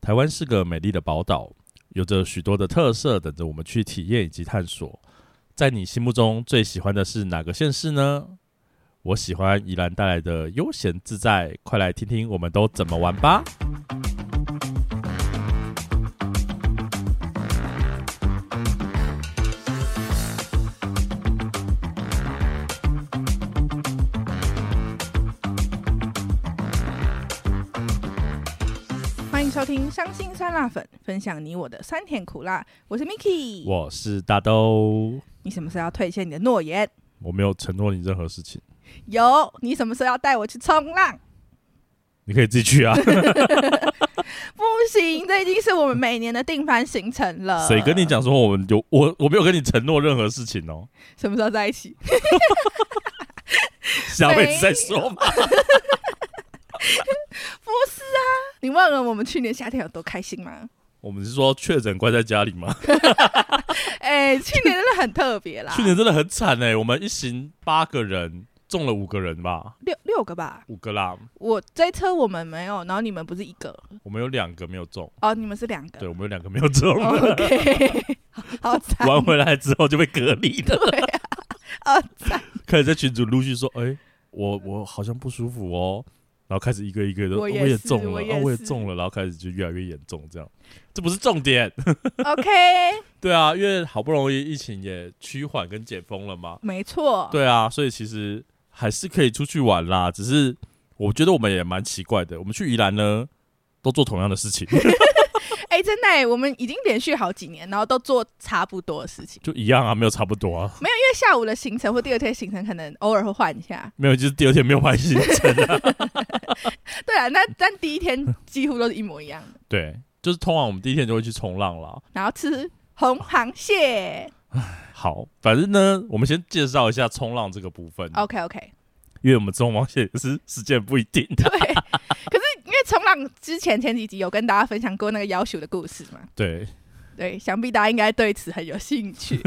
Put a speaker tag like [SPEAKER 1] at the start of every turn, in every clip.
[SPEAKER 1] 台湾是个美丽的宝岛，有着许多的特色等着我们去体验以及探索。在你心目中最喜欢的是哪个县市呢？我喜欢宜兰带来的悠闲自在，快来听听我们都怎么玩吧。
[SPEAKER 2] 欢迎收听《伤心酸辣粉》，分享你我的酸甜苦辣。我是 Miki，
[SPEAKER 1] 我是大豆，
[SPEAKER 2] 你什么时候要兑现你的诺言？
[SPEAKER 1] 我没有承诺你任何事情，
[SPEAKER 2] 有，你什么时候要带我去冲浪？
[SPEAKER 1] 你可以自己去啊。
[SPEAKER 2] 不行，这已经是我们每年的定番行程了。
[SPEAKER 1] 谁跟你？讲说我们有我我没有跟你承诺任何事情哦？
[SPEAKER 2] 什么时候在一起？
[SPEAKER 1] 下辈子再说吧。
[SPEAKER 2] 不是啊，你忘了我们去年夏天有多开心 吗？
[SPEAKER 1] 我们是说确诊关在家里吗？
[SPEAKER 2] 哎、去年真的很特别啦，
[SPEAKER 1] 去年真的很惨哎、我们一行八个人中了五个人吧，
[SPEAKER 2] 六六个吧。
[SPEAKER 1] 五个啦，
[SPEAKER 2] 我这一车我们没有，然后你们不是一个
[SPEAKER 1] 我们有两个没有中，
[SPEAKER 2] 哦，你们是两
[SPEAKER 1] 对
[SPEAKER 2] 个。
[SPEAKER 1] 我们有两个没有中，
[SPEAKER 2] 哦 OK，好好 惨，
[SPEAKER 1] 玩回来之后就被隔离了。
[SPEAKER 2] 对啊，好惨。
[SPEAKER 1] 开始在群主陆续说，哎、我我好像不舒服哦，然后开始一个一个的，
[SPEAKER 2] 我也
[SPEAKER 1] 也
[SPEAKER 2] 是
[SPEAKER 1] 中
[SPEAKER 2] 我
[SPEAKER 1] 了，
[SPEAKER 2] 也
[SPEAKER 1] 啊我也
[SPEAKER 2] 是
[SPEAKER 1] 中了，然后开始就越来越严重，这样，这不是重点，
[SPEAKER 2] OK，
[SPEAKER 1] 对啊，因为好不容易疫情也趋缓跟解封了嘛，
[SPEAKER 2] 没错。
[SPEAKER 1] 对啊，所以其实还是可以出去玩啦，只是我觉得我们也蛮奇怪的，我们去宜兰呢，都做同样的事情，
[SPEAKER 2] 哎、真的、欸，我们已经连续好几年，然后都做差不多的事情。
[SPEAKER 1] 就一样啊，没有差不多啊，
[SPEAKER 2] 因为下午的行程或第二天行程可能偶尔会换一下。
[SPEAKER 1] 没有，就是第二天没有拍行程啊，
[SPEAKER 2] 对啊，那但第一天几乎都是一模一样的，
[SPEAKER 1] 对，就是通常我们第一天就会去冲浪啦。
[SPEAKER 2] 然后吃红螃
[SPEAKER 1] 嗯
[SPEAKER 2] 蟹。
[SPEAKER 1] 好，反正呢，我们先介绍一下冲浪这个部分，
[SPEAKER 2] OK OK，
[SPEAKER 1] 因为我们冲浪线也是时间不一定的。
[SPEAKER 2] 对。可是因为冲浪之前前几集有跟大家分享过那个妖鼠的故事嘛，
[SPEAKER 1] 对，
[SPEAKER 2] 对，想必大家应该对此很有兴趣。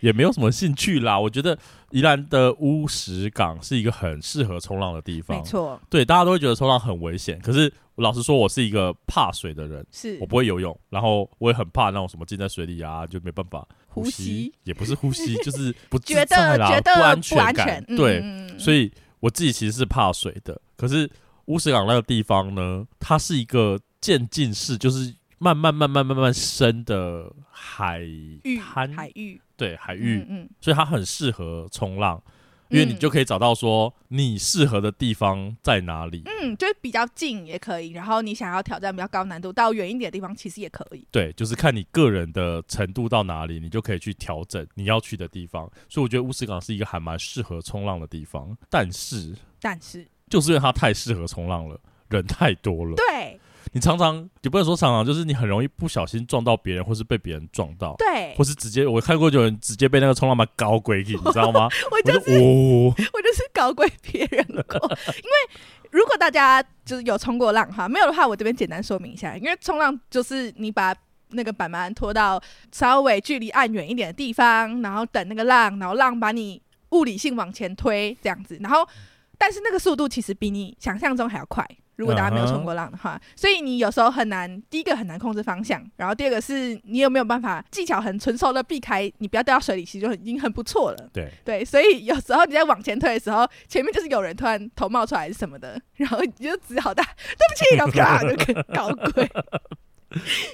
[SPEAKER 1] 也没有什么兴趣啦。我觉得宜兰的乌石港是一个很适合冲浪的地
[SPEAKER 2] 没
[SPEAKER 1] 方。
[SPEAKER 2] 错，
[SPEAKER 1] 对，大家都会觉得冲浪很危险，可是老实说，我是一个怕水的人，
[SPEAKER 2] 是
[SPEAKER 1] 我不会游泳，然后我也很怕那种什么浸在水里啊，就没办法
[SPEAKER 2] 呼
[SPEAKER 1] 呼
[SPEAKER 2] 吸
[SPEAKER 1] 也不是呼吸，就是不自
[SPEAKER 2] 觉
[SPEAKER 1] 在
[SPEAKER 2] 得
[SPEAKER 1] 啦，
[SPEAKER 2] 觉得
[SPEAKER 1] 安全感。
[SPEAKER 2] 全，嗯
[SPEAKER 1] 对，
[SPEAKER 2] 嗯嗯
[SPEAKER 1] 所以我自己其实是怕水的。可是乌石港那个地方呢，它是一个渐进式，就是慢慢慢慢慢慢深的海
[SPEAKER 2] 域
[SPEAKER 1] 滩，
[SPEAKER 2] 海域
[SPEAKER 1] 对海域，
[SPEAKER 2] 嗯嗯，
[SPEAKER 1] 所以它很适合冲浪，因为你
[SPEAKER 2] 嗯
[SPEAKER 1] 就可以找到说你适合的地方在哪里。
[SPEAKER 2] 嗯，就是比较近也可以，然后你想要挑战比较高难度，到远一点的地方其实也可以。
[SPEAKER 1] 对，就是看你个人的程度到哪里，你就可以去调整你要去的地方。所以我觉得乌石港是一个还蛮适合冲浪的地方，但是
[SPEAKER 2] 但是，
[SPEAKER 1] 就是因为它太适合冲浪了，人太多了。
[SPEAKER 2] 对
[SPEAKER 1] 你常常也不能说常常，就是你很容易不小心撞到别人，或是被别人撞到，
[SPEAKER 2] 对
[SPEAKER 1] 或，是直接我看过有人直接被那个冲浪板搞鬼去，你知道 吗？
[SPEAKER 2] 我
[SPEAKER 1] 我
[SPEAKER 2] 就
[SPEAKER 1] 就是 哦，
[SPEAKER 2] 我就是搞鬼别人过， 因为如果大家就是有冲过浪哈，没有的话，我这边简单说明一下，因为冲浪就是你把。那个板板拖到稍微距离岸远一点的地方，然后等那个浪，然后浪把你物理性往前推这样子，然后但是那个速度其实比你想象中还要快。如果大家没有冲过浪的话所以你有时候很难，第一个很难控制方向，然后第二个是你有没有办法技巧很纯熟的避开，你不要掉到水里，其实就已经很不错了。
[SPEAKER 1] 对，
[SPEAKER 2] 对，所以有时候你在往前推的时候，前面就是有人突然头冒出来什么的，然后你就只好大对不 起，然后啪就搞鬼。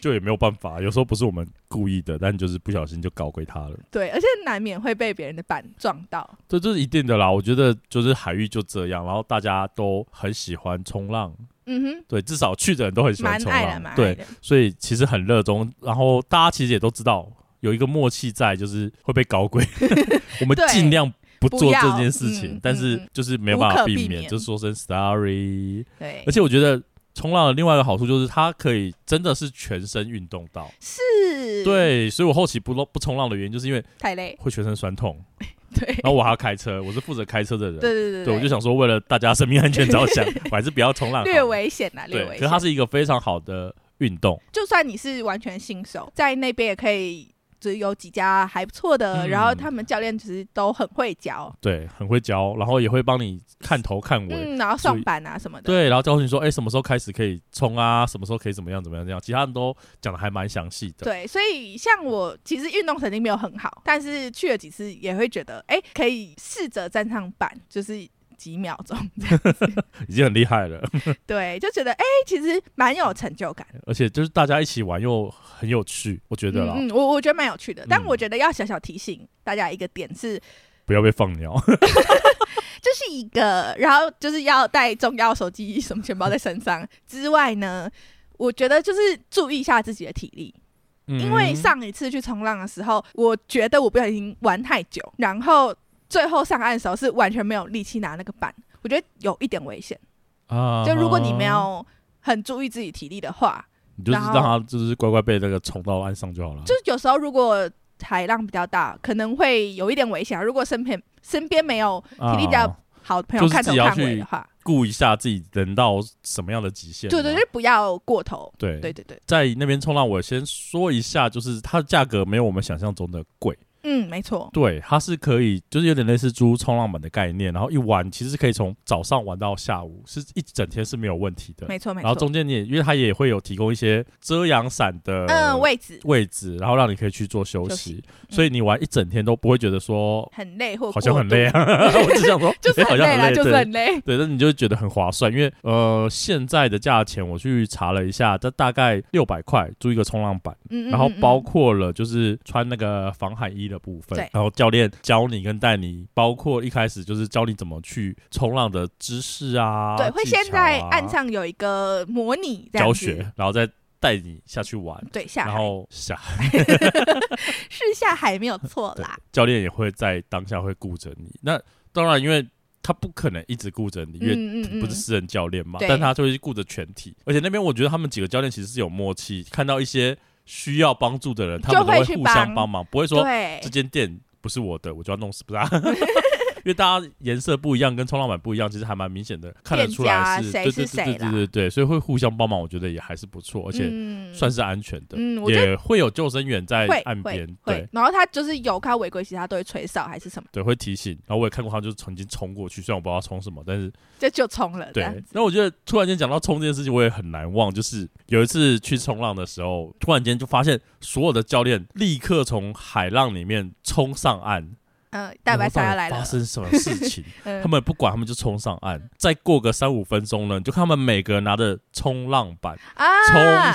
[SPEAKER 1] 就也没有办法，有时候不是我们故意的，但就是不小心就搞鬼他了。
[SPEAKER 2] 对，而且难免会被别人的板撞到。
[SPEAKER 1] 这这是一定的啦，我觉得就是海域就这样，然后大家都很喜欢冲浪，
[SPEAKER 2] 嗯
[SPEAKER 1] 对，至少去的人都很
[SPEAKER 2] 哼，
[SPEAKER 1] 喜欢
[SPEAKER 2] 蛮
[SPEAKER 1] 冲
[SPEAKER 2] 爱的，蛮
[SPEAKER 1] 浪，
[SPEAKER 2] 爱
[SPEAKER 1] 啊对，
[SPEAKER 2] 的。
[SPEAKER 1] 所以其实很热衷，然后大家其实也都知道有一个默契在，就是会被搞 鬼，我们
[SPEAKER 2] 对
[SPEAKER 1] 尽量。不做
[SPEAKER 2] 不要
[SPEAKER 1] 这件事情，
[SPEAKER 2] 嗯
[SPEAKER 1] 但是
[SPEAKER 2] 嗯
[SPEAKER 1] 就是没有办法
[SPEAKER 2] 无可避
[SPEAKER 1] 避免，
[SPEAKER 2] 免
[SPEAKER 1] 就说声 sorry。
[SPEAKER 2] 对
[SPEAKER 1] 而，且我觉得冲浪的另外一个好处就是它可以真的是全身运动到，
[SPEAKER 2] 是，，
[SPEAKER 1] 对，所以我后期不不冲浪的原因就是因为
[SPEAKER 2] 太累。
[SPEAKER 1] 会全身酸 痛，
[SPEAKER 2] 对，对
[SPEAKER 1] 然后我还要开车，我是负责开车的人，
[SPEAKER 2] 对对
[SPEAKER 1] 对，我就想说为了大家生命安全着 想，我还是不要冲浪好了，
[SPEAKER 2] 略危险啊，略
[SPEAKER 1] 对，
[SPEAKER 2] 危
[SPEAKER 1] 可是
[SPEAKER 2] 险。
[SPEAKER 1] 它是一个非常好的运动，
[SPEAKER 2] 就算你是完全新手，在那边也可以就是有几家还不错的，
[SPEAKER 1] 嗯
[SPEAKER 2] 然后他们教练其实都很会教，
[SPEAKER 1] 对，很会教，然后也会帮你看头看尾，
[SPEAKER 2] 嗯，然后上板啊什么的，
[SPEAKER 1] 对，然后告诉你说，哎、什么时候开始可以冲啊，什么时候可以怎么样怎么样这样，其他人都讲的还蛮详细的。
[SPEAKER 2] 对，所以像我其实运动神经没有很好，但是去了几次也会觉得，哎，可以试着站上板，就是几秒钟这 样，
[SPEAKER 1] 已经很厉害了。
[SPEAKER 2] 对，就觉得哎，其实蛮有成就感，
[SPEAKER 1] 而且就是大家一起玩又很有趣，我觉得啦，
[SPEAKER 2] 嗯嗯，我我觉得蛮有趣的，但
[SPEAKER 1] 嗯
[SPEAKER 2] 我觉得要小小提醒大家一个点是，
[SPEAKER 1] 不要被放鸟。
[SPEAKER 2] 这是一个，然后就是要带重要手机、什么钱包在身上之外呢，我觉得就是注意一下自己的体力，
[SPEAKER 1] 嗯
[SPEAKER 2] 因为上一次去冲浪的时候，我觉得我不小心玩太久，然后最后上岸的时候是完全没有力气拿那个板，我觉得有一点危险。
[SPEAKER 1] 啊
[SPEAKER 2] 就如果你没，有很注意自己体力的话，
[SPEAKER 1] 你就是
[SPEAKER 2] 然后
[SPEAKER 1] 让他就是乖乖被那个冲到岸上就好了。
[SPEAKER 2] 就是有时候如果海浪比较大，可能会有一点危险。如果身边身边没有体力比较
[SPEAKER 1] 啊
[SPEAKER 2] 好的朋
[SPEAKER 1] 就
[SPEAKER 2] 友
[SPEAKER 1] 是
[SPEAKER 2] 看
[SPEAKER 1] 自
[SPEAKER 2] 头
[SPEAKER 1] 己要
[SPEAKER 2] 看尾
[SPEAKER 1] 去
[SPEAKER 2] 的话，
[SPEAKER 1] 顾一下自己能到什么样的极限。
[SPEAKER 2] 对对，就是不要过头。
[SPEAKER 1] 对
[SPEAKER 2] 对对对，
[SPEAKER 1] 在那边冲浪，我先说一下，就是它的价格没有我们想象中的贵，
[SPEAKER 2] 嗯，没错。
[SPEAKER 1] 对，它是可以，就是有点类似租冲浪板的概念，然后一玩其实可以从早上玩到下午，是一整天是没有问题的。
[SPEAKER 2] 没错没
[SPEAKER 1] 然后
[SPEAKER 2] 错。
[SPEAKER 1] 中间你也，因为它也会有提供一些遮阳伞的
[SPEAKER 2] 嗯，位置
[SPEAKER 1] 位置，然后让你可以去做休息，
[SPEAKER 2] 休息嗯
[SPEAKER 1] 所以你玩一整天都不会觉得说
[SPEAKER 2] 很累或
[SPEAKER 1] 好像很累
[SPEAKER 2] 过
[SPEAKER 1] 啊。我只想 说，
[SPEAKER 2] 度，就是
[SPEAKER 1] 诶好
[SPEAKER 2] 很
[SPEAKER 1] 像
[SPEAKER 2] 累啦，
[SPEAKER 1] 累，
[SPEAKER 2] 就是
[SPEAKER 1] 对
[SPEAKER 2] 很累。
[SPEAKER 1] 对，但你就会觉得很划算，因为呃，现在的价钱我去查了一下，这大概六百块租一个冲浪板，
[SPEAKER 2] 嗯，嗯
[SPEAKER 1] 然后
[SPEAKER 2] 嗯嗯
[SPEAKER 1] 包括了就是穿那个防寒衣的部分
[SPEAKER 2] 对，
[SPEAKER 1] 然后教练教你跟带你，包括一开始就是教你怎么去冲浪的知识啊，
[SPEAKER 2] 对，会
[SPEAKER 1] 技
[SPEAKER 2] 先
[SPEAKER 1] 巧
[SPEAKER 2] 在
[SPEAKER 1] 啊
[SPEAKER 2] 岸上有一个模拟这样
[SPEAKER 1] 教
[SPEAKER 2] 子
[SPEAKER 1] 学，然后再带你下去玩。
[SPEAKER 2] 对下
[SPEAKER 1] 然
[SPEAKER 2] 海
[SPEAKER 1] 后下
[SPEAKER 2] 是下海没有错
[SPEAKER 1] 对
[SPEAKER 2] 啦。
[SPEAKER 1] 教练也会在当下会顾着你。那当然，因为他不可能一直顾着你，因为
[SPEAKER 2] 嗯嗯
[SPEAKER 1] 不是私人教练嘛，
[SPEAKER 2] 对
[SPEAKER 1] 但他就会顾着全体。而且那边我觉得他们几个教练其实是有默契，看到一些需要帮助的人，他们都
[SPEAKER 2] 会去
[SPEAKER 1] 会互相
[SPEAKER 2] 帮
[SPEAKER 1] 帮忙，不会说
[SPEAKER 2] 对
[SPEAKER 1] 这间店不是我的，我就要弄死不是啊。 因为大家颜色不一样，跟冲浪板不一样，其实还蛮明显的，看得出来是
[SPEAKER 2] 店
[SPEAKER 1] 对
[SPEAKER 2] 家
[SPEAKER 1] 对对
[SPEAKER 2] 谁是谁
[SPEAKER 1] 对对
[SPEAKER 2] 啦
[SPEAKER 1] 对对，所以会互相帮忙，我觉得也还是不错，而且
[SPEAKER 2] 嗯
[SPEAKER 1] 算是安全的，
[SPEAKER 2] 嗯，我觉得
[SPEAKER 1] 也会有救生员在
[SPEAKER 2] 会
[SPEAKER 1] 岸
[SPEAKER 2] 会
[SPEAKER 1] 边，对
[SPEAKER 2] 会，。然后他就是有看违规，其实他都会吹哨还是什么，
[SPEAKER 1] 对，会提醒。然后我也看过他，就是曾经冲过去，虽然我不知道他冲什么，但是
[SPEAKER 2] 就就冲了这样
[SPEAKER 1] 对
[SPEAKER 2] 子。。
[SPEAKER 1] 那我觉得突然间讲到冲这件事情，我也很难忘。就是有一次去冲浪的时候，突然间就发现所有的教练立刻从海浪里面冲上岸，
[SPEAKER 2] 嗯，大白鲨
[SPEAKER 1] 然后到
[SPEAKER 2] 要
[SPEAKER 1] 底
[SPEAKER 2] 来了
[SPEAKER 1] 发，生什么事情？
[SPEAKER 2] 嗯
[SPEAKER 1] 他们也不管，他们就冲上岸。再过个三五分钟呢，你就看他们每个人拿着冲浪板
[SPEAKER 2] 啊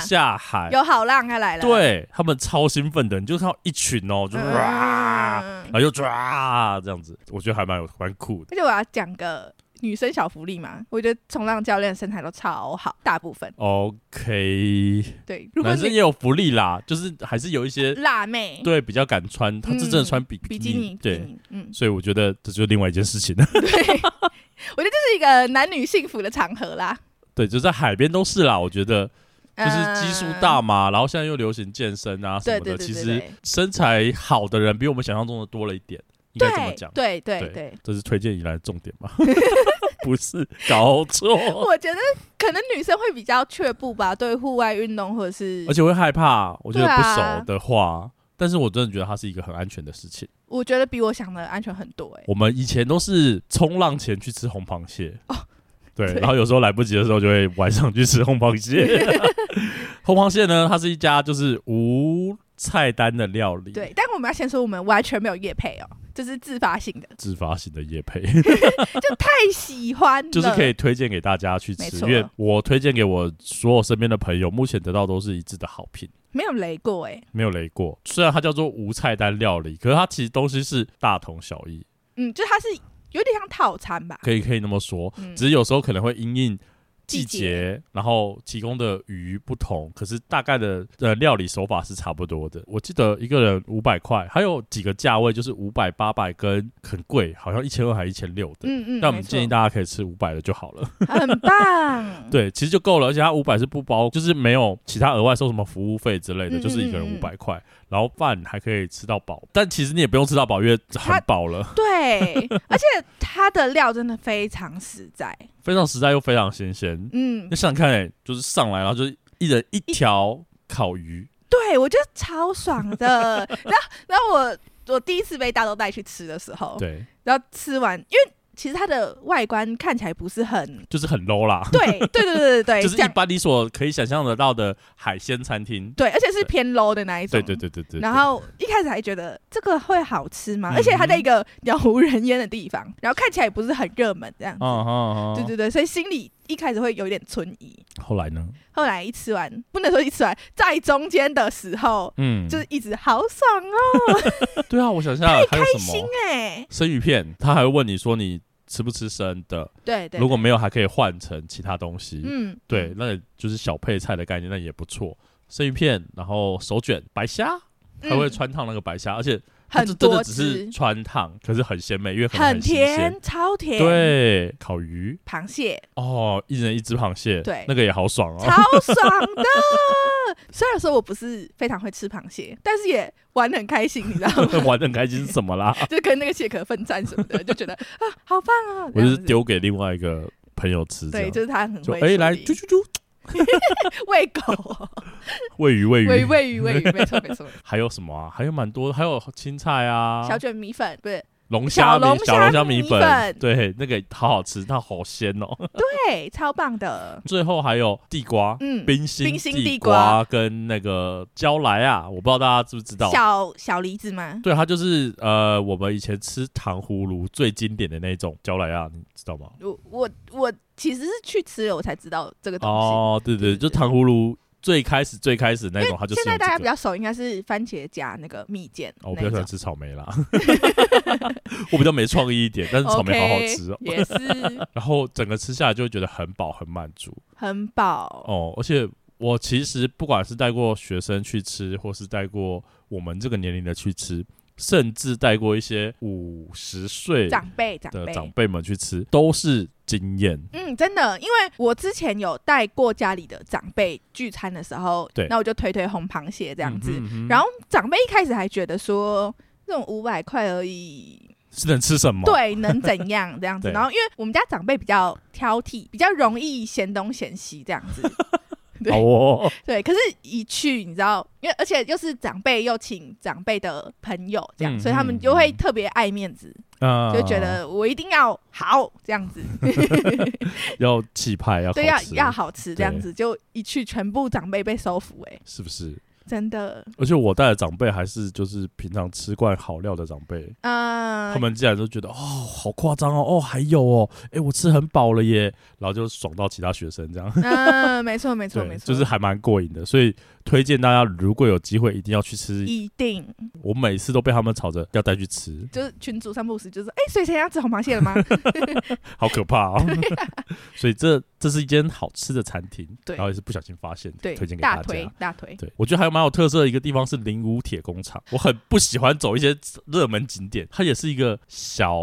[SPEAKER 1] 冲，下海，
[SPEAKER 2] 有好浪他来了，
[SPEAKER 1] 对他们超兴奋的，你就看到一群哦，就
[SPEAKER 2] 嗯，
[SPEAKER 1] 哇，
[SPEAKER 2] 嗯嗯嗯
[SPEAKER 1] 然后就抓这样子，我觉得还蛮有蛮酷的。
[SPEAKER 2] 而且我要讲个女生小福利嘛，我觉得冲浪教练身材都超好，大部分
[SPEAKER 1] OK，
[SPEAKER 2] 对。如果
[SPEAKER 1] 男生
[SPEAKER 2] 你
[SPEAKER 1] 也有福利啦，就是还是有一些
[SPEAKER 2] 辣妹，
[SPEAKER 1] 对比较敢穿，他是真的穿比
[SPEAKER 2] 嗯比基
[SPEAKER 1] 基
[SPEAKER 2] 尼，比基
[SPEAKER 1] 对，
[SPEAKER 2] 尼，嗯，
[SPEAKER 1] 所以我觉得这就是另外一件事情
[SPEAKER 2] 我觉得这是一个男女幸福的场合啦。
[SPEAKER 1] 对，就在海边都是啦，我觉得就是基数大
[SPEAKER 2] 嗯，
[SPEAKER 1] 嘛，然后现在又流行健身啊什
[SPEAKER 2] 对
[SPEAKER 1] 么
[SPEAKER 2] 对
[SPEAKER 1] 的，
[SPEAKER 2] 对
[SPEAKER 1] 其
[SPEAKER 2] 对
[SPEAKER 1] 实
[SPEAKER 2] 对
[SPEAKER 1] 身材好的人比我们想象中的多了一点，应该这么讲
[SPEAKER 2] 对，对对
[SPEAKER 1] 对
[SPEAKER 2] 对，
[SPEAKER 1] 这是推荐以来的重点吧？ 不是，搞错，
[SPEAKER 2] 我觉得可能女生会比较却步吧，对户外运动或者是
[SPEAKER 1] 而，且会害怕，我觉得
[SPEAKER 2] 对
[SPEAKER 1] 不
[SPEAKER 2] 啊
[SPEAKER 1] 熟的话。但是我真的觉得它是一个很安全的事情。
[SPEAKER 2] 我觉得比我想的安全很多哎。
[SPEAKER 1] 我们以前都是冲浪前去吃红螃蟹，
[SPEAKER 2] 哦
[SPEAKER 1] 对，
[SPEAKER 2] 对
[SPEAKER 1] 然后有时候来不及的时候就会晚上去吃红螃蟹。 红螃蟹呢，它是一家就是无菜单的料理，
[SPEAKER 2] 对，，但我们要先说，我们完全没有夜配哦，这是自发性的，
[SPEAKER 1] 自发型的夜配，
[SPEAKER 2] 太喜欢了，
[SPEAKER 1] 就是可以推荐给大家去
[SPEAKER 2] 没
[SPEAKER 1] 吃，因
[SPEAKER 2] 错
[SPEAKER 1] 为我推荐给我所有身边的朋友，目前得到都是一致的好评。
[SPEAKER 2] 没有雷过哎，
[SPEAKER 1] 没有雷过，虽然它叫做无菜单料理，可是它其实东西是大同小异，
[SPEAKER 2] 嗯，就它是有点像套餐吧，
[SPEAKER 1] 可以可以那么说。
[SPEAKER 2] 嗯
[SPEAKER 1] 只是有时候可能会因应
[SPEAKER 2] 季
[SPEAKER 1] 季
[SPEAKER 2] 节
[SPEAKER 1] 节，然后提供的鱼不同，可是大概的呃料理手法是差不多的。我记得一个人五百块，还有几个价位就是五百、八百跟很贵，好像一千二还一千六的。
[SPEAKER 2] 嗯嗯，
[SPEAKER 1] 那我们
[SPEAKER 2] 没错
[SPEAKER 1] 建议大家可以吃五百的就好了，
[SPEAKER 2] 很棒，
[SPEAKER 1] 对，其实就够了，而且它五百是不包，就是没有其他额外收什么服务费之类的，
[SPEAKER 2] 嗯
[SPEAKER 1] 就是一个
[SPEAKER 2] 嗯嗯
[SPEAKER 1] 人
[SPEAKER 2] 嗯
[SPEAKER 1] 五百块，然后饭还可以吃到饱，但其实你也不用吃到饱，因为
[SPEAKER 2] 它
[SPEAKER 1] 很饱了，
[SPEAKER 2] 对，而且它的料真的非常实在，
[SPEAKER 1] 非常实在又非常新鲜，
[SPEAKER 2] 嗯
[SPEAKER 1] 那，想想看、欸，就是上来，然后就是一人一条烤鱼，
[SPEAKER 2] 对我觉得超爽的。然后，然后我我第一次被大豆带去吃的时候，
[SPEAKER 1] 对，
[SPEAKER 2] 然后吃完，因为其实它的外观看起来不是很。
[SPEAKER 1] 就是很 low 啦，
[SPEAKER 2] 对对对对对 对，
[SPEAKER 1] 就是
[SPEAKER 2] 哎这
[SPEAKER 1] 一
[SPEAKER 2] 样
[SPEAKER 1] 般你所可以想象得到的海鲜餐厅。
[SPEAKER 2] 对，而且是偏 low 的那一种。
[SPEAKER 1] 对对对对对。
[SPEAKER 2] 然后一开始还觉得这个会好吃吗？而且它在
[SPEAKER 1] 嗯
[SPEAKER 2] 一个鸟无人烟的地方，然后看起来也不是很热门这样
[SPEAKER 1] 对，嗯
[SPEAKER 2] 子。
[SPEAKER 1] 嗯嗯，
[SPEAKER 2] 对对对，所以心里一开始会有一点存疑。
[SPEAKER 1] 后来呢？
[SPEAKER 2] 后来一吃完，不能说一吃完，在中间的时候，
[SPEAKER 1] 嗯，
[SPEAKER 2] 就是一直好爽哦，
[SPEAKER 1] 对啊，我想象还有什
[SPEAKER 2] 心
[SPEAKER 1] 么
[SPEAKER 2] 哎、
[SPEAKER 1] 生鱼片，他还会问你说你吃不吃生的，
[SPEAKER 2] 对对，
[SPEAKER 1] 如果
[SPEAKER 2] 对
[SPEAKER 1] 没有还可以换成其他东西。
[SPEAKER 2] 嗯，
[SPEAKER 1] 对，那就是小配菜的概念，那也不错。生鱼片，然后手卷白虾，
[SPEAKER 2] 嗯
[SPEAKER 1] 还会穿烫那个白虾，而且它
[SPEAKER 2] 很
[SPEAKER 1] 这真
[SPEAKER 2] 多
[SPEAKER 1] 的只是
[SPEAKER 2] 汁，
[SPEAKER 1] 穿烫，可是很鲜美，因为可能
[SPEAKER 2] 很
[SPEAKER 1] 新鲜。
[SPEAKER 2] 甜，超甜，，
[SPEAKER 1] 对，烤鱼
[SPEAKER 2] 螃蟹
[SPEAKER 1] 哦，一人一只螃蟹，
[SPEAKER 2] 对
[SPEAKER 1] 那个也好爽哦。
[SPEAKER 2] 超爽的。 虽然说我不是非常会吃螃蟹，但是也玩的很开心，你知道吗？
[SPEAKER 1] 玩的很开心是什么啦？
[SPEAKER 2] 就跟那个蟹壳奋战什么的，就觉得啊，好棒啊！
[SPEAKER 1] 我就是
[SPEAKER 2] 这样子，
[SPEAKER 1] 丢给另外一个朋友吃，这
[SPEAKER 2] 对，
[SPEAKER 1] 样
[SPEAKER 2] 就是他很
[SPEAKER 1] 就
[SPEAKER 2] 会
[SPEAKER 1] 哎来
[SPEAKER 2] 处
[SPEAKER 1] 啾
[SPEAKER 2] 理
[SPEAKER 1] 啾啾，
[SPEAKER 2] 喂狗，
[SPEAKER 1] 喂 鱼喂
[SPEAKER 2] 喂
[SPEAKER 1] 鱼，
[SPEAKER 2] 喂鱼喂鱼，没错 没错。
[SPEAKER 1] 还有什么啊？还有蛮多，还有青菜啊，
[SPEAKER 2] 小卷米粉不是
[SPEAKER 1] 龙虾
[SPEAKER 2] 小
[SPEAKER 1] 米
[SPEAKER 2] 龙
[SPEAKER 1] 小
[SPEAKER 2] 虾
[SPEAKER 1] 龙虾
[SPEAKER 2] 米
[SPEAKER 1] 粉，
[SPEAKER 2] 粉
[SPEAKER 1] 对，那个好好吃，它好鲜哦。
[SPEAKER 2] 对，超棒的。
[SPEAKER 1] 最后还有地瓜，
[SPEAKER 2] 嗯，
[SPEAKER 1] 冰心
[SPEAKER 2] 冰心
[SPEAKER 1] 地
[SPEAKER 2] 地
[SPEAKER 1] 瓜
[SPEAKER 2] 瓜
[SPEAKER 1] 跟那个娇莱啊，我不知道大家知不知道。
[SPEAKER 2] 小小梨子吗？
[SPEAKER 1] 对，它就是呃，我们以前吃糖葫芦最经典的那种娇莱啊，你知道吗？
[SPEAKER 2] 我我我其实是去吃了，我才知道这个东西。
[SPEAKER 1] 哦，对对，
[SPEAKER 2] 对对
[SPEAKER 1] 就
[SPEAKER 2] 对
[SPEAKER 1] 糖葫芦最开始最开始那种，它就是
[SPEAKER 2] 现在
[SPEAKER 1] 用
[SPEAKER 2] 大家
[SPEAKER 1] 这
[SPEAKER 2] 比
[SPEAKER 1] 个。
[SPEAKER 2] 较熟，应该是番茄加那个蜜饯
[SPEAKER 1] 哦，我比较
[SPEAKER 2] 那一
[SPEAKER 1] 喜欢
[SPEAKER 2] 种。
[SPEAKER 1] 吃草莓啦， 我比较没创意一点，但是草莓好好吃哦。
[SPEAKER 2] OK，也是
[SPEAKER 1] 然后整个吃下来就会觉得很饱很满足
[SPEAKER 2] 很饱。
[SPEAKER 1] 哦，而且我其实不管是带过学生去吃，或是带过我们这个年龄的去吃，甚至带过一些五十岁
[SPEAKER 2] 长辈，长
[SPEAKER 1] 的
[SPEAKER 2] 辈，
[SPEAKER 1] 长辈们去吃，都是经验。
[SPEAKER 2] 嗯，真的，因为我之前有带过家里的长辈聚餐的时候，
[SPEAKER 1] 对
[SPEAKER 2] 那我就推推红螃蟹这样子。
[SPEAKER 1] 嗯哼嗯哼
[SPEAKER 2] 然后长辈一开始还觉得说，这种五百块而已，
[SPEAKER 1] 是能吃什么？，
[SPEAKER 2] 对，能怎样这样 子？
[SPEAKER 1] 对
[SPEAKER 2] 然后因为我们家长辈比较挑剔，比较容易嫌东嫌西这样子。对
[SPEAKER 1] 好 哦，
[SPEAKER 2] 对，可是一去你知道，因为而且又是长辈又请长辈的朋友这样，
[SPEAKER 1] 嗯
[SPEAKER 2] 所以他们
[SPEAKER 1] 嗯
[SPEAKER 2] 就会
[SPEAKER 1] 嗯
[SPEAKER 2] 特别爱面子，
[SPEAKER 1] 啊
[SPEAKER 2] 就觉得我一定要好这 样子。
[SPEAKER 1] 要气派，要
[SPEAKER 2] 对，
[SPEAKER 1] 好
[SPEAKER 2] 要
[SPEAKER 1] 吃
[SPEAKER 2] 要好吃这样
[SPEAKER 1] 对
[SPEAKER 2] 子，就一去全部长辈被收服、欸，哎，
[SPEAKER 1] 是不是？
[SPEAKER 2] 真的，
[SPEAKER 1] 而且我带的长辈还是就是平常吃惯好料的长辈，
[SPEAKER 2] 嗯、
[SPEAKER 1] 他们竟然都觉得哦，好夸张哦，哦还有哦，哎我吃很饱了耶，然后就爽到其他学生这样，
[SPEAKER 2] 嗯、没错没 错
[SPEAKER 1] 对，
[SPEAKER 2] 没错，
[SPEAKER 1] 就是还蛮过瘾的，所以推荐大家如果有机会一定要去吃，
[SPEAKER 2] 一定
[SPEAKER 1] 我每次都被他们吵着要带去吃，
[SPEAKER 2] 就是群主三不五时就是，哎、所以谁要吃红螃蟹了吗？
[SPEAKER 1] 好可怕哦， 所以这这是一间好吃的餐厅，
[SPEAKER 2] 对
[SPEAKER 1] 然后也是不小心发现的，
[SPEAKER 2] 对，
[SPEAKER 1] 推荐给
[SPEAKER 2] 大
[SPEAKER 1] 大
[SPEAKER 2] 推
[SPEAKER 1] 家。
[SPEAKER 2] 大推，
[SPEAKER 1] 对，我觉得还有蛮有特色的一个地方是灵武铁工厂，我很不喜欢走一些热门景点，它也是一个小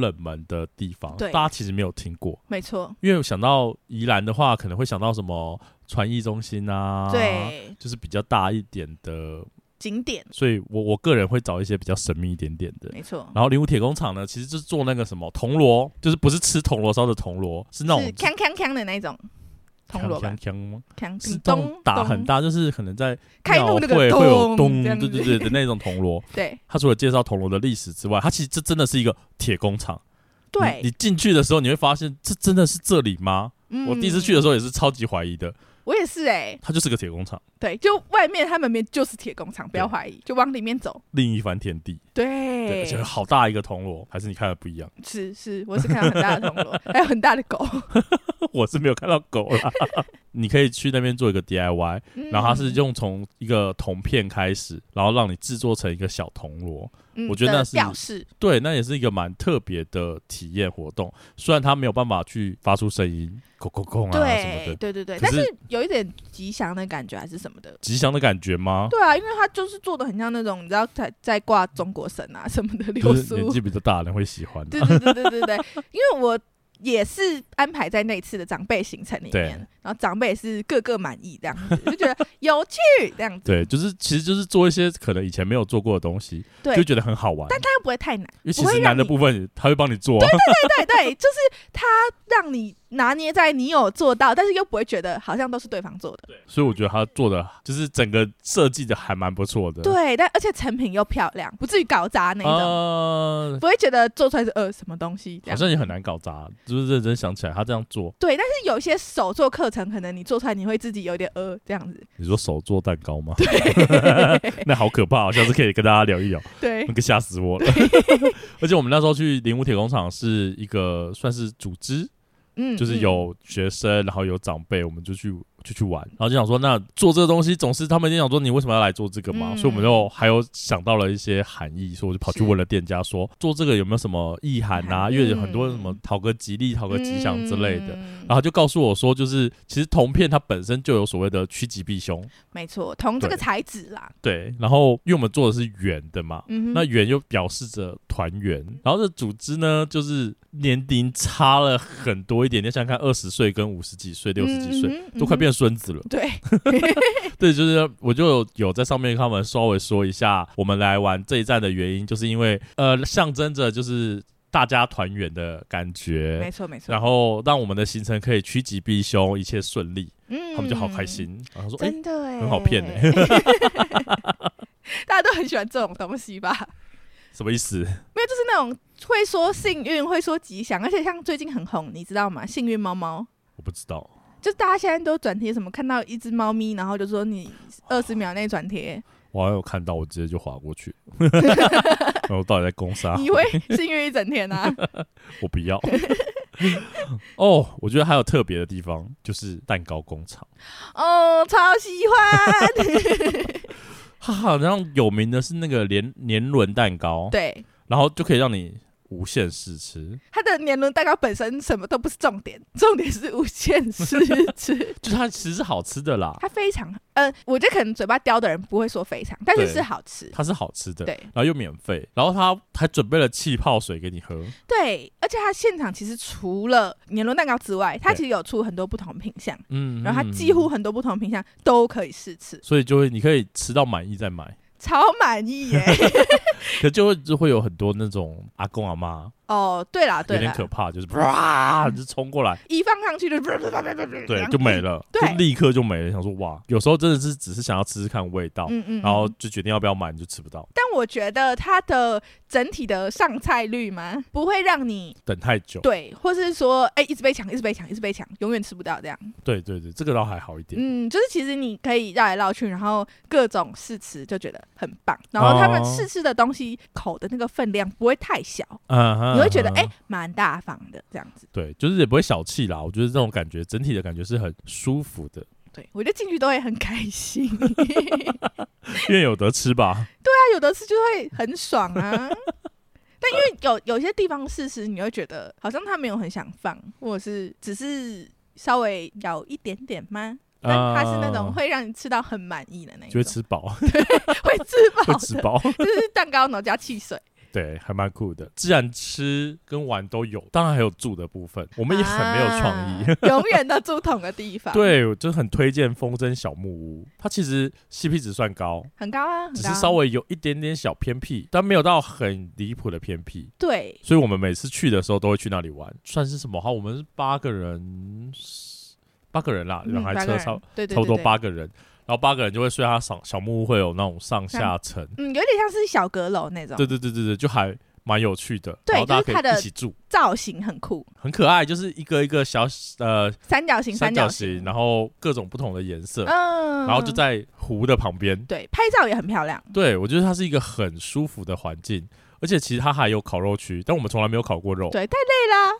[SPEAKER 1] 冷门的地方，
[SPEAKER 2] 对
[SPEAKER 1] 大家其实没有听过，
[SPEAKER 2] 没错，
[SPEAKER 1] 因为我想到宜兰的话，可能会想到什么传艺中心啊，，
[SPEAKER 2] 对，
[SPEAKER 1] 就是比较大一点的，
[SPEAKER 2] 景点
[SPEAKER 1] 所以我我个人会找一些比较神秘一点点的。
[SPEAKER 2] 没错，
[SPEAKER 1] 然后灵武铁工厂呢，其实就是做那个什么铜锣，就是不是吃铜锣烧的铜锣，是那
[SPEAKER 2] 是
[SPEAKER 1] 种
[SPEAKER 2] 锵锵锵的那一种铜锣吧
[SPEAKER 1] 锵，锵锵吗？
[SPEAKER 2] 锵
[SPEAKER 1] 是
[SPEAKER 2] 叮
[SPEAKER 1] 那种
[SPEAKER 2] 咚
[SPEAKER 1] 打
[SPEAKER 2] 咚
[SPEAKER 1] 很大，就是可能在
[SPEAKER 2] 开
[SPEAKER 1] 庙
[SPEAKER 2] 路那个
[SPEAKER 1] 会会有咚，
[SPEAKER 2] 咚这
[SPEAKER 1] 对
[SPEAKER 2] 样
[SPEAKER 1] 对
[SPEAKER 2] 子
[SPEAKER 1] 对的那种铜锣。
[SPEAKER 2] 对
[SPEAKER 1] 他除了介绍铜锣的历史之外，他其实这真的是一个铁工厂。你你
[SPEAKER 2] 对，
[SPEAKER 1] 进去的时候，你会发现这真的是这里吗？我第一次去的
[SPEAKER 2] 候，
[SPEAKER 1] 时候也是超级怀疑的，
[SPEAKER 2] 嗯我也是哎、
[SPEAKER 1] 它就是个铁工厂，
[SPEAKER 2] 对，就外面他们面就是铁工厂，不要
[SPEAKER 1] 对
[SPEAKER 2] 怀疑，就往里面走。
[SPEAKER 1] 另一番天地。对，
[SPEAKER 2] 对，
[SPEAKER 1] 而且好大一个铜锣，还是你看的不一样。
[SPEAKER 2] 是是，我是看到很大的铜锣，还有很大的狗。
[SPEAKER 1] 我是没有看到狗 啦。你可以去那边做一个 DIY，然后它是
[SPEAKER 2] 嗯，
[SPEAKER 1] 用从一个铜片开始，然后让你制作成一个小铜锣。
[SPEAKER 2] 嗯
[SPEAKER 1] 我觉得
[SPEAKER 2] 的
[SPEAKER 1] 那是
[SPEAKER 2] 吊饰，
[SPEAKER 1] 对，那也是一个蛮特别的体验活动。虽然它没有办法去发出声音，咕咕咕啊什么
[SPEAKER 2] 对
[SPEAKER 1] 的，
[SPEAKER 2] 对对对，
[SPEAKER 1] 可
[SPEAKER 2] 但
[SPEAKER 1] 是哦
[SPEAKER 2] 是有一点吉祥的感觉还是什么的。
[SPEAKER 1] 吉祥的感觉吗？
[SPEAKER 2] 对啊，因为它就是做的很像那种，你知道在在挂中国神啊什么的流
[SPEAKER 1] 就是
[SPEAKER 2] 苏。
[SPEAKER 1] 年纪比较大的人会喜欢的
[SPEAKER 2] 对。对对对对对，因为我也是安排在那次的长辈行程里
[SPEAKER 1] 对
[SPEAKER 2] 面，然后长辈也是个个满意这样子，就 觉得有趣这样子。
[SPEAKER 1] 对，就是其实就是做一些可能以前没有做过的东西，
[SPEAKER 2] 对
[SPEAKER 1] 就觉得很好玩。
[SPEAKER 2] 但它又不会太难，
[SPEAKER 1] 因为其
[SPEAKER 2] 不
[SPEAKER 1] 实
[SPEAKER 2] 会
[SPEAKER 1] 难
[SPEAKER 2] 让
[SPEAKER 1] 的
[SPEAKER 2] 你
[SPEAKER 1] 部分他会帮你做啊，
[SPEAKER 2] 对对，就是它让你拿捏在你有做到，但是又不会觉得好像都是对方做的。
[SPEAKER 1] 所以我觉得他做的就是整个设计的还蛮不错的。
[SPEAKER 2] 对，但而且成品又漂亮，不至于搞砸那种，
[SPEAKER 1] 呃，
[SPEAKER 2] 不会觉得做出来是呃什么东西这
[SPEAKER 1] 好
[SPEAKER 2] 样。
[SPEAKER 1] 像也很难搞砸，就是认真想起来他这样做，
[SPEAKER 2] 对，但是有一些手做课程，可能你做出来你会自己有点呃这样子。
[SPEAKER 1] 你说手做蛋糕吗？ 那好可怕、哦，下次可以跟大家聊一聊，
[SPEAKER 2] 对
[SPEAKER 1] 那，个吓死 我了。而且我们那时候去零五铁工厂是一个算是组织，
[SPEAKER 2] 嗯，
[SPEAKER 1] 就是
[SPEAKER 2] 嗯
[SPEAKER 1] 有学生，然后有长辈，我们就去就去玩，然后就想说，那做这个东西总是他们一定想说你为什么要来做这个嘛，
[SPEAKER 2] 嗯
[SPEAKER 1] 所以我们就还有想到了一些含义，所以我就跑去
[SPEAKER 2] 是嗯
[SPEAKER 1] 问了店家说做这个有没有什么意涵啊？
[SPEAKER 2] 含义
[SPEAKER 1] 因为有很多什么讨个吉利、讨个吉祥之类的。
[SPEAKER 2] 嗯
[SPEAKER 1] 然后他就告诉我说，就是其实铜片它本身就有所谓的趋吉避凶，
[SPEAKER 2] 没错，铜这个材质啦，
[SPEAKER 1] 对。然后因为我们做的是圆的嘛，
[SPEAKER 2] 嗯哼，
[SPEAKER 1] 那圆又表示着团圆，然后这组织呢，就是年龄差了很多一点。你要想想看，二十岁跟五十几岁、六十几岁、
[SPEAKER 2] 嗯哼
[SPEAKER 1] 都快。
[SPEAKER 2] 嗯
[SPEAKER 1] 变孙 子了。
[SPEAKER 2] 哼对，
[SPEAKER 1] 对，就是我就有有在上面跟他们稍微说一下，我们来玩这一站的原因，就是因为呃，象征着就是大家团圆的感
[SPEAKER 2] 没
[SPEAKER 1] 觉，
[SPEAKER 2] 错没错。
[SPEAKER 1] 然后让我们的行程可以趋吉避凶，一切顺利，
[SPEAKER 2] 嗯
[SPEAKER 1] 他们就好开，心。然后说，哎、
[SPEAKER 2] 真的哎，
[SPEAKER 1] 很好骗欸
[SPEAKER 2] 哎， 大家都很喜欢这种东西吧？
[SPEAKER 1] 什么意思？
[SPEAKER 2] 没有，就是那种会说幸运，会说吉祥，而且像最近很红，你知道吗？幸运猫猫。
[SPEAKER 1] 我不知道。
[SPEAKER 2] 就大家现在都转贴什么，看到一只猫咪，然后就说你二十秒内转贴，
[SPEAKER 1] 我好像有看到，我直接就划过 去。然后到底在攻杀？
[SPEAKER 2] 你会幸运一整天啊！
[SPEAKER 1] 我不要。哦，我觉得还有特别的地方，就是蛋糕工厂，
[SPEAKER 2] 哦，超喜欢。
[SPEAKER 1] 它好像有名的是那个年年轮蛋糕，
[SPEAKER 2] 对，
[SPEAKER 1] 然后就可以让你无限试吃，
[SPEAKER 2] 它的年轮蛋糕本身什么都不是重点，重点是无限试吃，
[SPEAKER 1] 就它其实是好吃的啦，
[SPEAKER 2] 它非常呃，我觉得可能嘴巴刁的人不会说非常，但是
[SPEAKER 1] 对
[SPEAKER 2] 是好吃。
[SPEAKER 1] 它是好吃的，
[SPEAKER 2] 对
[SPEAKER 1] 然后又免费，然后它还准备了气泡水给你喝，
[SPEAKER 2] 对，而且它现场其实除了年轮蛋糕之外，它其实有出很多不同品相，
[SPEAKER 1] 嗯，
[SPEAKER 2] 然后它
[SPEAKER 1] 嗯
[SPEAKER 2] 几乎，很多不同品相都可以试吃，
[SPEAKER 1] 所以就会你可以吃到满意再买，
[SPEAKER 2] 超满意 耶！
[SPEAKER 1] 可就会就会有很多那种阿公阿妈
[SPEAKER 2] 哦，对啦，嗯
[SPEAKER 1] 有
[SPEAKER 2] 对
[SPEAKER 1] 点
[SPEAKER 2] 啦，
[SPEAKER 1] 可怕，就是哇，就冲过来。
[SPEAKER 2] 一放上去就
[SPEAKER 1] 对
[SPEAKER 2] 对，
[SPEAKER 1] 就没。了，就
[SPEAKER 2] 对
[SPEAKER 1] 立刻就没了。想说哇，有时候真的是只是想要吃吃看味道，
[SPEAKER 2] 嗯嗯，
[SPEAKER 1] 然后
[SPEAKER 2] 嗯
[SPEAKER 1] 就决定要不要买，你就吃不到，
[SPEAKER 2] 但我觉得它的整体的上菜率嘛，不会让你
[SPEAKER 1] 等太久。
[SPEAKER 2] 对，或是说哎、一直被抢，一直被抢，一直被抢，永远吃不到这样。
[SPEAKER 1] 对对对，这个倒还好一点。
[SPEAKER 2] 嗯，就是其实你可以绕来绕去，然后各种试吃，就觉得很棒。然后他们
[SPEAKER 1] 哦
[SPEAKER 2] 试吃的东西口的那个分量不会太小，
[SPEAKER 1] 嗯哼，
[SPEAKER 2] 你会觉得
[SPEAKER 1] 嗯哼
[SPEAKER 2] 哎蛮、大方的这样子。
[SPEAKER 1] 对，就是也不会小气啦。我觉得这种感觉，整体的感觉是很舒服的，
[SPEAKER 2] 对我觉得进去都会很开心，
[SPEAKER 1] 因为有得吃吧。
[SPEAKER 2] 那有的是就会很爽啊。但因为有有些地方事实，你会觉得好像他没有很想放，或者是只是稍微咬一点点吗？ 但他是那种
[SPEAKER 1] 嗯
[SPEAKER 2] 会哦让你吃到很满意的那一
[SPEAKER 1] 就会
[SPEAKER 2] 种，
[SPEAKER 1] 吃 饱，
[SPEAKER 2] 会吃饱
[SPEAKER 1] 会吃
[SPEAKER 2] 的，
[SPEAKER 1] 饱，
[SPEAKER 2] 就是蛋糕然后加汽水。
[SPEAKER 1] 对，还蛮酷的。既然吃跟玩都有，当然还有住的部分，我们也很没有创意。
[SPEAKER 2] 啊 永远都住同个地方，，
[SPEAKER 1] 对，我就很推荐风筝小木屋，它其实 CP 值算高，
[SPEAKER 2] 很高啊，很
[SPEAKER 1] 只
[SPEAKER 2] 高啊
[SPEAKER 1] 是稍微有一点点小偏僻，但没有到很离谱的偏僻。
[SPEAKER 2] 对，
[SPEAKER 1] 所以我们每次去的时候都会去那里玩，算是什么？好，我们是八个人，八个人啦，
[SPEAKER 2] 嗯
[SPEAKER 1] 两台
[SPEAKER 2] 八个
[SPEAKER 1] 车
[SPEAKER 2] 人
[SPEAKER 1] 差
[SPEAKER 2] 对对
[SPEAKER 1] 差不多，
[SPEAKER 2] 对对
[SPEAKER 1] 八个人，然后八个人就会睡他小小木屋，会有那种上下层，
[SPEAKER 2] 嗯，有点像是小阁楼那种，
[SPEAKER 1] 对对对对对，就还蛮有趣的。
[SPEAKER 2] 对
[SPEAKER 1] 然后大
[SPEAKER 2] 就是
[SPEAKER 1] 家
[SPEAKER 2] 它
[SPEAKER 1] 可以
[SPEAKER 2] 的
[SPEAKER 1] 一起住，
[SPEAKER 2] 造型很酷，
[SPEAKER 1] 很可爱，就是一个一个小呃
[SPEAKER 2] 三角形，
[SPEAKER 1] 三
[SPEAKER 2] 角
[SPEAKER 1] 角形，，然后各种不同的颜色，
[SPEAKER 2] 嗯，
[SPEAKER 1] 然后就在湖的旁边。
[SPEAKER 2] 对，拍照也很漂亮，
[SPEAKER 1] 对，我觉得它是一个很舒服的环境，而且其实它还有烤肉区，但我们从来没有烤过肉，
[SPEAKER 2] 对，太累啦，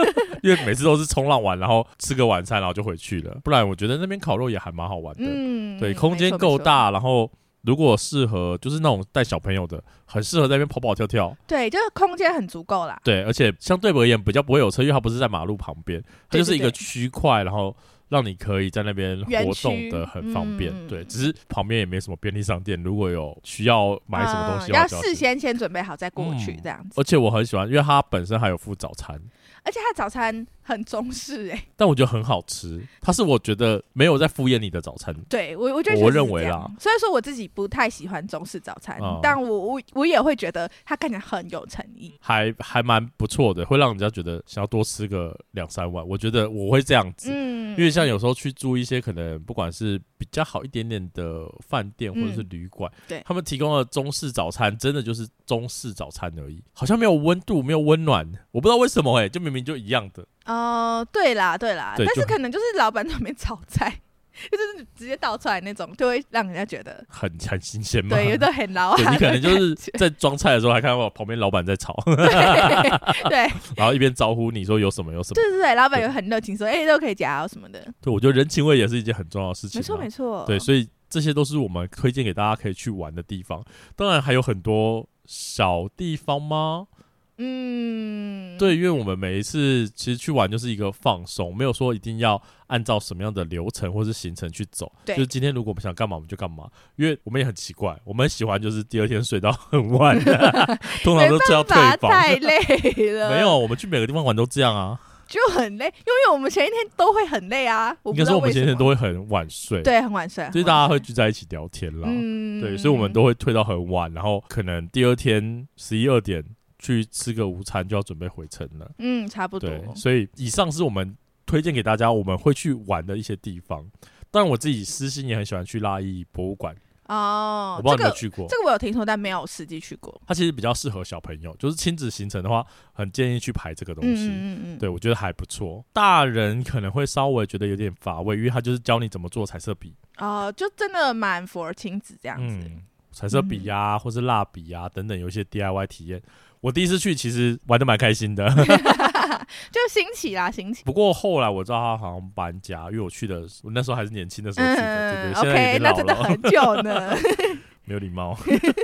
[SPEAKER 1] 因为每次都是冲浪完，然后吃个晚餐，然后就回去了。不然我觉得那边烤肉也还蛮好玩的，
[SPEAKER 2] 嗯，
[SPEAKER 1] 对，
[SPEAKER 2] 嗯
[SPEAKER 1] 空间够，大，然后如果适合就是那种带小朋友的，很适合在那边跑跑跳跳。
[SPEAKER 2] 没错没错对，就是空间很足够啦，
[SPEAKER 1] 对，而且相对而言比较不会有车，因为它不是在马路旁边，它
[SPEAKER 2] 对
[SPEAKER 1] 就是一个
[SPEAKER 2] 对对
[SPEAKER 1] 区块，然后。让你可以在那边
[SPEAKER 2] 园
[SPEAKER 1] 活动
[SPEAKER 2] 区
[SPEAKER 1] 的很方便，
[SPEAKER 2] 嗯
[SPEAKER 1] 对，只是旁边也没什么便利商店，如果有需要买什么东西
[SPEAKER 2] 嗯
[SPEAKER 1] 的话，
[SPEAKER 2] 要
[SPEAKER 1] 就
[SPEAKER 2] 事
[SPEAKER 1] 去
[SPEAKER 2] 先先准备好再过去
[SPEAKER 1] 嗯
[SPEAKER 2] 这样子，
[SPEAKER 1] 而且我很喜欢，因为它本身还有附早餐，
[SPEAKER 2] 而且它早餐很中式哎、
[SPEAKER 1] 但我觉得很好吃，它是我觉得没有在敷衍你的早餐。
[SPEAKER 2] 对我，我就
[SPEAKER 1] 我
[SPEAKER 2] 觉得是
[SPEAKER 1] 认为
[SPEAKER 2] 这样
[SPEAKER 1] 啦。
[SPEAKER 2] 虽然说我自己不太喜欢中式早餐，
[SPEAKER 1] 哦
[SPEAKER 2] 但我我我也会觉得它看起来很有诚意。
[SPEAKER 1] 还还蛮不错的，会让人家觉得想要多吃个两三碗。我觉得我会这样子，
[SPEAKER 2] 嗯，
[SPEAKER 1] 因为像有时候去住一些可能不管是比较好一点点的饭店或
[SPEAKER 2] 嗯
[SPEAKER 1] 者是旅馆，
[SPEAKER 2] 对
[SPEAKER 1] 他们提供的中式早餐真的就是中式早餐而已，好像没有温度，没有温暖，我不知道为什么哎、就明明就一样的，
[SPEAKER 2] 哦、对啦，对啦，
[SPEAKER 1] 对
[SPEAKER 2] 但是
[SPEAKER 1] 就
[SPEAKER 2] 可能就是老板那边炒菜， 就是直接倒出来那种，就会让人家觉得
[SPEAKER 1] 很很新鲜嘛。
[SPEAKER 2] 对，有点很老 啊
[SPEAKER 1] 对
[SPEAKER 2] 的
[SPEAKER 1] 你可
[SPEAKER 2] 感
[SPEAKER 1] 能
[SPEAKER 2] 觉。
[SPEAKER 1] 就是在装菜的时候还看到 旁边老板在炒，
[SPEAKER 2] 对对
[SPEAKER 1] 然后一边招呼你说有什么有什么。
[SPEAKER 2] 对对对，老板有很热情说，哎、都可以夹、哦、什么的，
[SPEAKER 1] 对，我觉得人情味也是一件很重要的事情
[SPEAKER 2] 没
[SPEAKER 1] 嘛。
[SPEAKER 2] 错没错，
[SPEAKER 1] 对，所以这些都是我们推荐给大家可以去玩的地方。当然还有很多小地方吗？
[SPEAKER 2] 嗯，
[SPEAKER 1] 对，因为我们每一次其实去玩就是一个放松，没有说一定要按照什么样的流程或是行程去走。
[SPEAKER 2] 对
[SPEAKER 1] 就是今天如果我们想干嘛我们就干嘛，因为我们也很奇怪，我们很喜欢就是第二天睡到很 晚，通常
[SPEAKER 2] 没
[SPEAKER 1] 都睡到退
[SPEAKER 2] 办法，
[SPEAKER 1] 房。
[SPEAKER 2] 太累 了，
[SPEAKER 1] 没有，我们去每个地方玩都这样啊。
[SPEAKER 2] 就很累，因为我们前一天都会很累啊，我
[SPEAKER 1] 应该
[SPEAKER 2] 不知
[SPEAKER 1] 说
[SPEAKER 2] 道
[SPEAKER 1] 我们
[SPEAKER 2] 为什
[SPEAKER 1] 前
[SPEAKER 2] 么
[SPEAKER 1] 天都会很晚睡，，
[SPEAKER 2] 对很晚睡，
[SPEAKER 1] 所以
[SPEAKER 2] 很晚
[SPEAKER 1] 大家
[SPEAKER 2] 睡
[SPEAKER 1] 会聚在一起聊天啦。
[SPEAKER 2] 嗯
[SPEAKER 1] 啊对，所以我们都会退到很晚，然后可能第二天十一二点去吃个午餐，就要准备回程了。
[SPEAKER 2] 嗯差不多，
[SPEAKER 1] 对，所以以上是我们推荐给大家我们会去玩的一些地方。当然，我自己私心也很喜欢去拉伊博物馆，
[SPEAKER 2] 哦
[SPEAKER 1] 我，不知道
[SPEAKER 2] 这
[SPEAKER 1] 你有没有
[SPEAKER 2] 个
[SPEAKER 1] 去过。
[SPEAKER 2] 这个我有听说，但没有实际去过。
[SPEAKER 1] 它其实比较适合小朋友，就是亲子行程的话，很建议去排这个东西。
[SPEAKER 2] 嗯嗯嗯嗯，
[SPEAKER 1] 对，我觉得还不错。大人可能会稍微觉得有点乏味，因为它就是教你怎么做彩色笔，
[SPEAKER 2] 哦，就真的蛮符合亲子这样子。
[SPEAKER 1] 嗯，彩色笔啊呀、嗯或是蜡笔呀、等等，有一些 DIY 体验。我第一次去其实玩的蛮开心的，
[SPEAKER 2] 就兴起啦，兴起。
[SPEAKER 1] 不过后来我知道他好像搬家，因为我去的我那时候还是年轻的时候去的，对
[SPEAKER 2] 嗯
[SPEAKER 1] 对，现在
[SPEAKER 2] ，OK，
[SPEAKER 1] 有
[SPEAKER 2] 那
[SPEAKER 1] 点
[SPEAKER 2] 真的
[SPEAKER 1] 老了，
[SPEAKER 2] 很久呢。
[SPEAKER 1] 没有礼貌。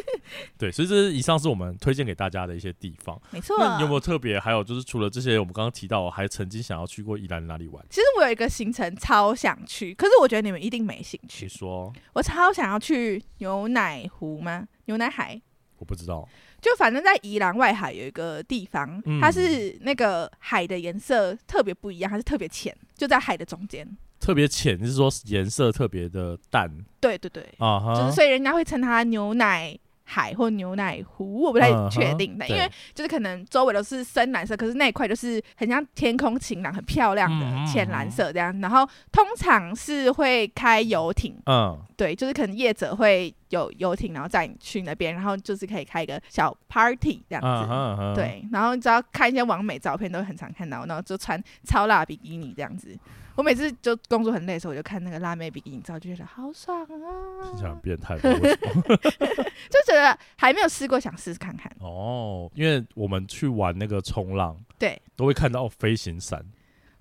[SPEAKER 1] 对，所以这是以上是我们推荐给大家的一些地方。
[SPEAKER 2] 没错。
[SPEAKER 1] 那你有没有特别？还有就是除了这些，我们刚刚提到，还曾经想要去过宜兰哪里玩？
[SPEAKER 2] 其实我有一个行程超想去，可是我觉得你们一定没兴
[SPEAKER 1] 去
[SPEAKER 2] 趣。
[SPEAKER 1] 说
[SPEAKER 2] 我超想要去牛奶湖吗？牛奶海？
[SPEAKER 1] 我不知道，
[SPEAKER 2] 就反正在宜兰外海有一个地方，
[SPEAKER 1] 嗯
[SPEAKER 2] 它是那个海的颜色特别不一样，它是特别浅，就在海的中间。
[SPEAKER 1] 特别浅，就是说颜色特别的淡
[SPEAKER 2] 对对对，
[SPEAKER 1] 啊
[SPEAKER 2] 就
[SPEAKER 1] 哈
[SPEAKER 2] 是，所以人家会称它牛奶海或牛奶湖，我不太
[SPEAKER 1] 嗯哼
[SPEAKER 2] 确定的，因为
[SPEAKER 1] 对
[SPEAKER 2] 就是可能周围都是深蓝色，可是那一块就是很像天空晴朗、很漂亮
[SPEAKER 1] 嗯嗯嗯
[SPEAKER 2] 的浅蓝色这样。然后通常是会开游艇，
[SPEAKER 1] 嗯，
[SPEAKER 2] 对，就是可能业者会有游艇，然后载你去那边，然后就是可以开一个小 party 这样
[SPEAKER 1] 嗯
[SPEAKER 2] 子。
[SPEAKER 1] 哼，嗯，
[SPEAKER 2] 对，然后你只要看一些完美照片，都很常看到，然后就穿超辣比基尼这样子。我每次就工作很累的时候，我就看那个辣妹比基尼照，就觉得好爽啊！
[SPEAKER 1] 听起来很变态，不知道为 什么。
[SPEAKER 2] 就觉得还没有试过，想试试看看。
[SPEAKER 1] 哦，因为我们去玩那个冲浪，
[SPEAKER 2] 对，
[SPEAKER 1] 都会看到飞行伞，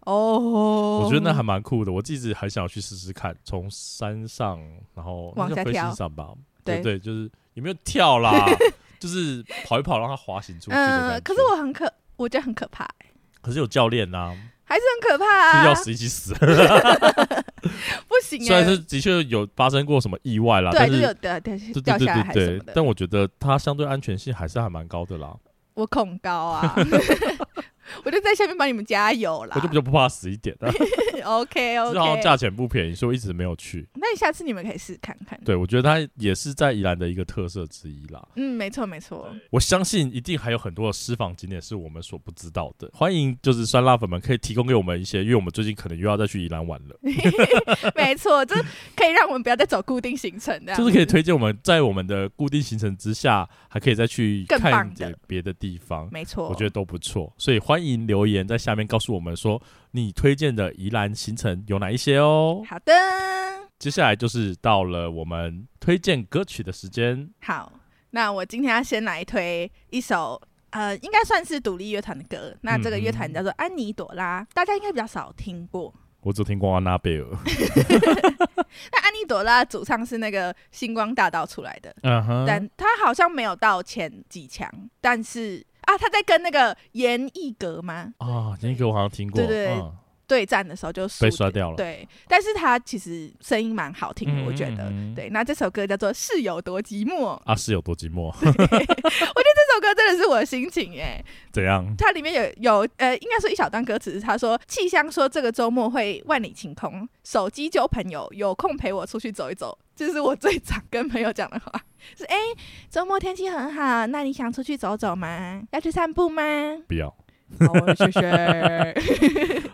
[SPEAKER 2] 哦
[SPEAKER 1] 我觉得那还蛮酷的。我一直很想去试试看，从山上然后那
[SPEAKER 2] 往
[SPEAKER 1] 叫
[SPEAKER 2] 下
[SPEAKER 1] 飞行
[SPEAKER 2] 跳
[SPEAKER 1] 伞吧，
[SPEAKER 2] 对
[SPEAKER 1] 对，就是有没有跳 啦，就是跑一跑让它滑行出去的
[SPEAKER 2] 嗯、
[SPEAKER 1] 感
[SPEAKER 2] 可是
[SPEAKER 1] 觉
[SPEAKER 2] 我很可，我觉得很可怕、
[SPEAKER 1] 可是有教练呐、
[SPEAKER 2] 还是很可怕、
[SPEAKER 1] 啊，
[SPEAKER 2] 啊，
[SPEAKER 1] 就要死一起死。
[SPEAKER 2] 不行、欸，
[SPEAKER 1] 虽然是的确有发生过什么意外啦，
[SPEAKER 2] 对，
[SPEAKER 1] 但
[SPEAKER 2] 就是有的掉
[SPEAKER 1] 对对
[SPEAKER 2] 掉
[SPEAKER 1] 对
[SPEAKER 2] 下来还是什
[SPEAKER 1] 对
[SPEAKER 2] 么
[SPEAKER 1] 对，
[SPEAKER 2] 的，
[SPEAKER 1] 但我觉得它相对安全性还是还蛮高的啦。
[SPEAKER 2] 我恐 高啊， 我就在下面帮你们加油啦
[SPEAKER 1] 我就比较不怕死一 点，只
[SPEAKER 2] OK
[SPEAKER 1] 是好像
[SPEAKER 2] OK，
[SPEAKER 1] 价钱不便宜，所以我一直没有去。
[SPEAKER 2] 那你下次你们可以试看看。
[SPEAKER 1] 对，我觉得它也是在宜兰的一个特色之一啦。
[SPEAKER 2] 嗯，没错没错，
[SPEAKER 1] 我相信一定还有很多的私房景点是我们所不知道的。欢迎就是酸辣粉们可以提供给我们一些，因为我们最近可能又要再去宜兰玩了，
[SPEAKER 2] 没错，就是可以让我们不要再走固定行程的，
[SPEAKER 1] 就是可以推荐我们在我们的固定行程之下，还可以再去
[SPEAKER 2] 更棒
[SPEAKER 1] 看一
[SPEAKER 2] 的
[SPEAKER 1] 些别的地方。
[SPEAKER 2] 没错，
[SPEAKER 1] 我觉得都不错，所以欢迎留言在下面告诉我们说你推荐的宜兰行程有哪一些哦。
[SPEAKER 2] 好的，
[SPEAKER 1] 接下来就是到了我们推荐歌曲的时间，
[SPEAKER 2] 好，那我今天要先来推一首，呃，应该算是独立乐团的歌。那这个乐
[SPEAKER 1] 嗯
[SPEAKER 2] 团叫做安妮朵拉，大家应该比较少听过。
[SPEAKER 1] 我只听过安娜贝 尔。
[SPEAKER 2] 那安妮朵拉主唱是那个星光大道出来的，
[SPEAKER 1] 嗯哼，
[SPEAKER 2] 但她好像没有到前几强，但是啊，她在跟那个严艺格吗？
[SPEAKER 1] 啊，那个我好像听过。
[SPEAKER 2] 对对
[SPEAKER 1] 嗯
[SPEAKER 2] 对战的时候就输
[SPEAKER 1] 被刷掉了。
[SPEAKER 2] 对，但是他其实声音蛮好听的，
[SPEAKER 1] 嗯
[SPEAKER 2] 我觉得。
[SPEAKER 1] 嗯嗯
[SPEAKER 2] 对，那这首歌叫做《室友多寂寞》，
[SPEAKER 1] 啊，是有多寂寞？
[SPEAKER 2] 这首歌真的是我的心情耶。
[SPEAKER 1] 怎样？
[SPEAKER 2] 它里面有有呃，应该说一小段歌词，他说：“气象说这个周末会万里晴空，手机交朋友，有空陪我出去走一走。”这是我最常跟朋友讲的话，是哎，周末天气很好，那你想出去走走吗？要去散步吗？
[SPEAKER 1] 不要，
[SPEAKER 2] 好，我是雪雪。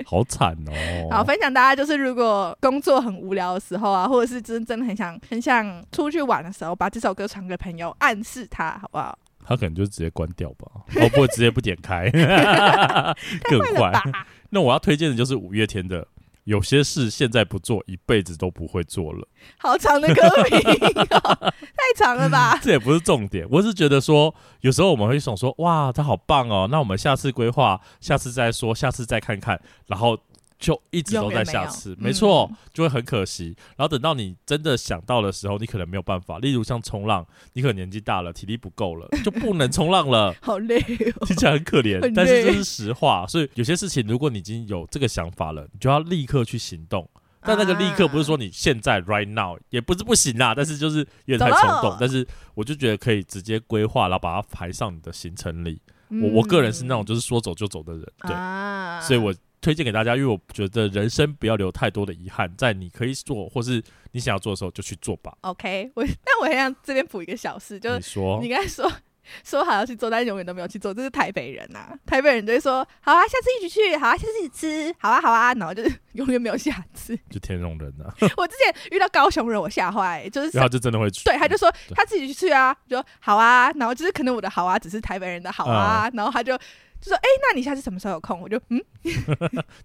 [SPEAKER 1] 好惨
[SPEAKER 2] 好，
[SPEAKER 1] 哦。
[SPEAKER 2] 分享大家就是如果工作很无聊的时候啊，或者是真真的很想很想出去玩的时候，把这首歌传给朋友，暗示他好不好？
[SPEAKER 1] 他可能就直接关掉吧，哦不，直接不点 开，更
[SPEAKER 2] 快
[SPEAKER 1] 坏
[SPEAKER 2] 了。吧？
[SPEAKER 1] 那我要推荐的就是五月天的《有些事现在不做，一辈子都不会做了，？
[SPEAKER 2] 好长的歌名、哦，太长了吧》
[SPEAKER 1] 这也不是重点。我是觉得说，有时候我们会想说，哇，他好棒哦，那我们下次规划，下次再说，下次再看看，然后就一直都在下次，
[SPEAKER 2] 永远没有
[SPEAKER 1] 没错
[SPEAKER 2] 嗯，
[SPEAKER 1] 就会很可惜。然后等到你真的想到的时候，你可能没有办法。例如像冲浪，你可能年纪大了，体力不够了，就不能冲浪 了。
[SPEAKER 2] 好累哦。
[SPEAKER 1] 听起来很可怜
[SPEAKER 2] 很，
[SPEAKER 1] 但是
[SPEAKER 2] 累
[SPEAKER 1] 这是实话。所以有些事情，如果你已经有这个想法了，你就要立刻去行动。但那个立刻不是
[SPEAKER 2] 啊
[SPEAKER 1] 说你现在 right now，也不是不行啦，但是就是有点太冲
[SPEAKER 2] 嗯走
[SPEAKER 1] 动
[SPEAKER 2] 了。
[SPEAKER 1] 但是我就觉得可以直接规划，然后把它排上你的行程里。我我个人是那种就是说走就走的人，对，
[SPEAKER 2] 嗯啊
[SPEAKER 1] 所以我推荐给大家，因为我觉得人生不要留太多的遗憾，在你可以做或是你想要做的时候就去做吧。
[SPEAKER 2] OK，我 但我很想这边补一个小事，哦就是
[SPEAKER 1] 你说
[SPEAKER 2] 你刚才说 说好要去做，但是永远都没有去做，这是台北人呐、啊台北人就会说：“好啊，下次一起去，好啊，下次一起吃，好啊，好啊。”然后就是 永远没有下次。
[SPEAKER 1] 就天龙人啊，
[SPEAKER 2] 我之前遇到高雄人，我吓坏，就是
[SPEAKER 1] 然后就真的会去
[SPEAKER 2] 对他就说
[SPEAKER 1] 对
[SPEAKER 2] 他自己去啊，我就好啊，然后就是可能我的好啊只是台北人的好啊，然后他就就说：“哎、那你下次什么时候有空？”我就嗯，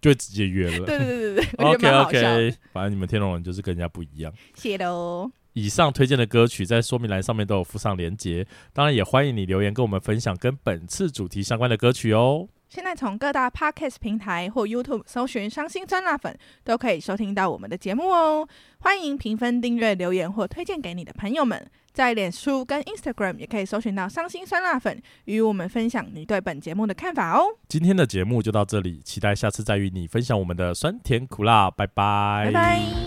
[SPEAKER 1] 就会直接约了。
[SPEAKER 2] 对对对对对，我觉
[SPEAKER 1] OK
[SPEAKER 2] 得蛮好笑的
[SPEAKER 1] OK，反正你们天龙人就是跟人家不一样。
[SPEAKER 2] 谢喽。
[SPEAKER 1] 以上推荐的歌曲在说明栏上面都有附上连结，当然也欢迎你留言跟我们分享跟本次主题相关的歌曲哦。
[SPEAKER 2] 现在从各大 podcast 平台或 YouTube 搜寻“伤心酸辣粉”，都可以收听到我们的节目哦。欢迎评分、订阅、留言或推荐给你的朋友们。在脸书跟 Instagram 也可以搜寻到“伤心酸辣粉”，与我们分享你对本节目的看法哦。
[SPEAKER 1] 今天的节目就到这里，期待下次再与你分享我们的酸甜苦辣，拜拜
[SPEAKER 2] 拜拜。